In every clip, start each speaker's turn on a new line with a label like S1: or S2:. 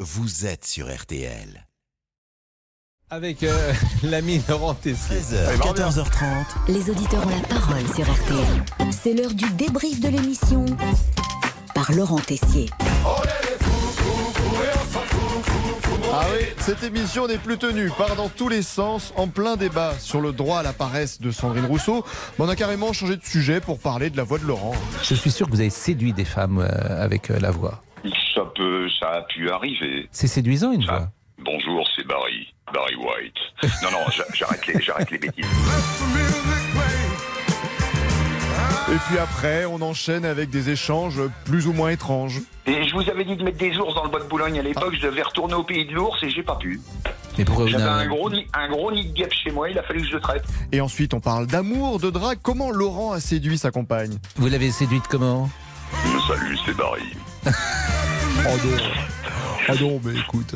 S1: vous êtes sur RTL.
S2: Avec euh, l'ami Laurent Tessier.
S1: 13h, 14h30.
S3: Les auditeurs ont la parole sur RTL. C'est l'heure du débrief de l'émission par Laurent Tessier.
S4: Ah oui, cette émission n'est plus tenue, part dans tous les sens, en plein débat sur le droit à la paresse de Sandrine Rousseau. Mais on a carrément changé de sujet pour parler de la voix de Laurent.
S2: Je suis sûr que vous avez séduit des femmes euh, avec euh, la voix.
S5: Ça peut, ça a pu arriver.
S2: C'est séduisant une
S5: Ah.
S2: voix.
S5: Bonjour, c'est Barry, Barry White. Non, non, j'a- j'arrête les, j'arrête les bêtises.
S4: Et puis après, on enchaîne avec des échanges plus ou moins étranges.
S5: Et je vous avais dit de mettre des ours dans le bois de Boulogne à l'époque. Je devais retourner au pays de l'ours et j'ai pas pu.
S2: Mais pourquoi vous
S5: J'avais
S2: n'avez-
S5: un gros nid, un gros nid de guêpes chez moi. Il a fallu que je le traite.
S4: Et ensuite, on parle d'amour, de drague, comment Laurent a séduit sa compagne.
S2: Vous l'avez séduite comment
S5: Salut, c'est Barry.
S4: Oh non, oh non mais écoute,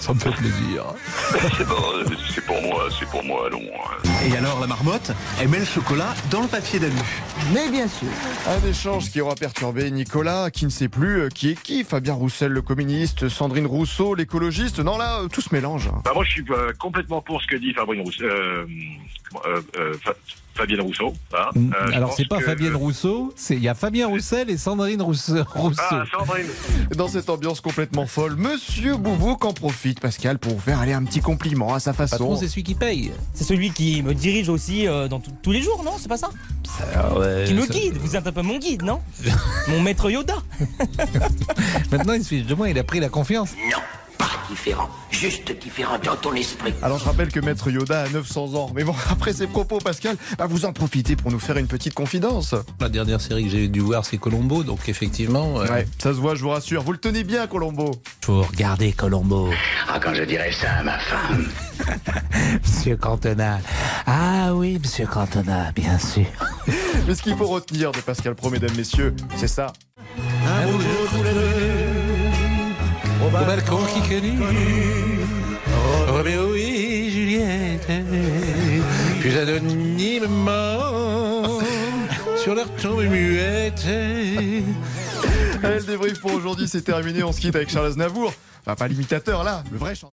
S4: ça me fait plaisir.
S5: C'est Barry, c'est pour moi, c'est pour moi, allons. hein.
S6: Et alors la marmotte, elle met le chocolat dans le papier d'alu.
S7: Mais bien sûr.
S4: Un échange qui aura perturbé Nicolas, qui ne sait plus euh, qui est qui. Fabien Roussel, le communiste, Sandrine Rousseau, l'écologiste. Non, là, euh, tout se mélange.
S8: Bah, moi, je suis euh, complètement pour ce que dit Fabrice Rousseau, euh, euh, euh, Fa- Fabienne Rousseau. hein.
S2: Mm.
S8: Euh, je
S2: Alors
S8: pense
S2: c'est pas
S8: que-
S2: Fabienne Rousseau, c'est il y a Fabien Roussel et Sandrine Rousseau. Rousseau.
S8: Ah, Sandrine.
S4: Dans cette ambiance complètement folle, Monsieur Boubouk en profite, Pascal, pour faire aller un petit compliment à sa
S2: Patron,
S4: façon.
S2: c'est celui qui paye.
S7: C'est celui qui me dirige aussi euh, dans tout- tous les jours, non C'est pas ça Qui me guide Vous êtes un peu mon guide, non Mon maître Yoda.
S2: Maintenant, il suffit de moi, il a pris la confiance.
S9: Non, pas différent, juste différent dans ton esprit.
S4: Alors je rappelle que Maître Yoda a 900 ans. Mais bon, après ces propos, Pascal, bah, vous en profitez pour nous faire une petite confidence.
S2: La dernière série que j'ai dû voir, c'est Colombo, donc effectivement,
S6: euh,
S2: il
S4: Ouais, ça se voit, je vous rassure. Vous le tenez bien, Colombo.
S2: faut regarder Colombo.
S9: Ah, quand je dirais ça à ma femme.
S2: Monsieur Cantona. Ah oui, Monsieur Cantona, bien sûr.
S4: Mais ce qu'il faut retenir de Pascal Pro, mesdames, messieurs, c'est ça.
S2: Au balcon qui connut Roméo et Juliette, puis anonymement sur leur tombe muette.
S4: Allez, le débrief pour aujourd'hui, c'est terminé. On se quitte avec Charles Aznavour. Bah, pas l'imitateur, là, le vrai chanteur.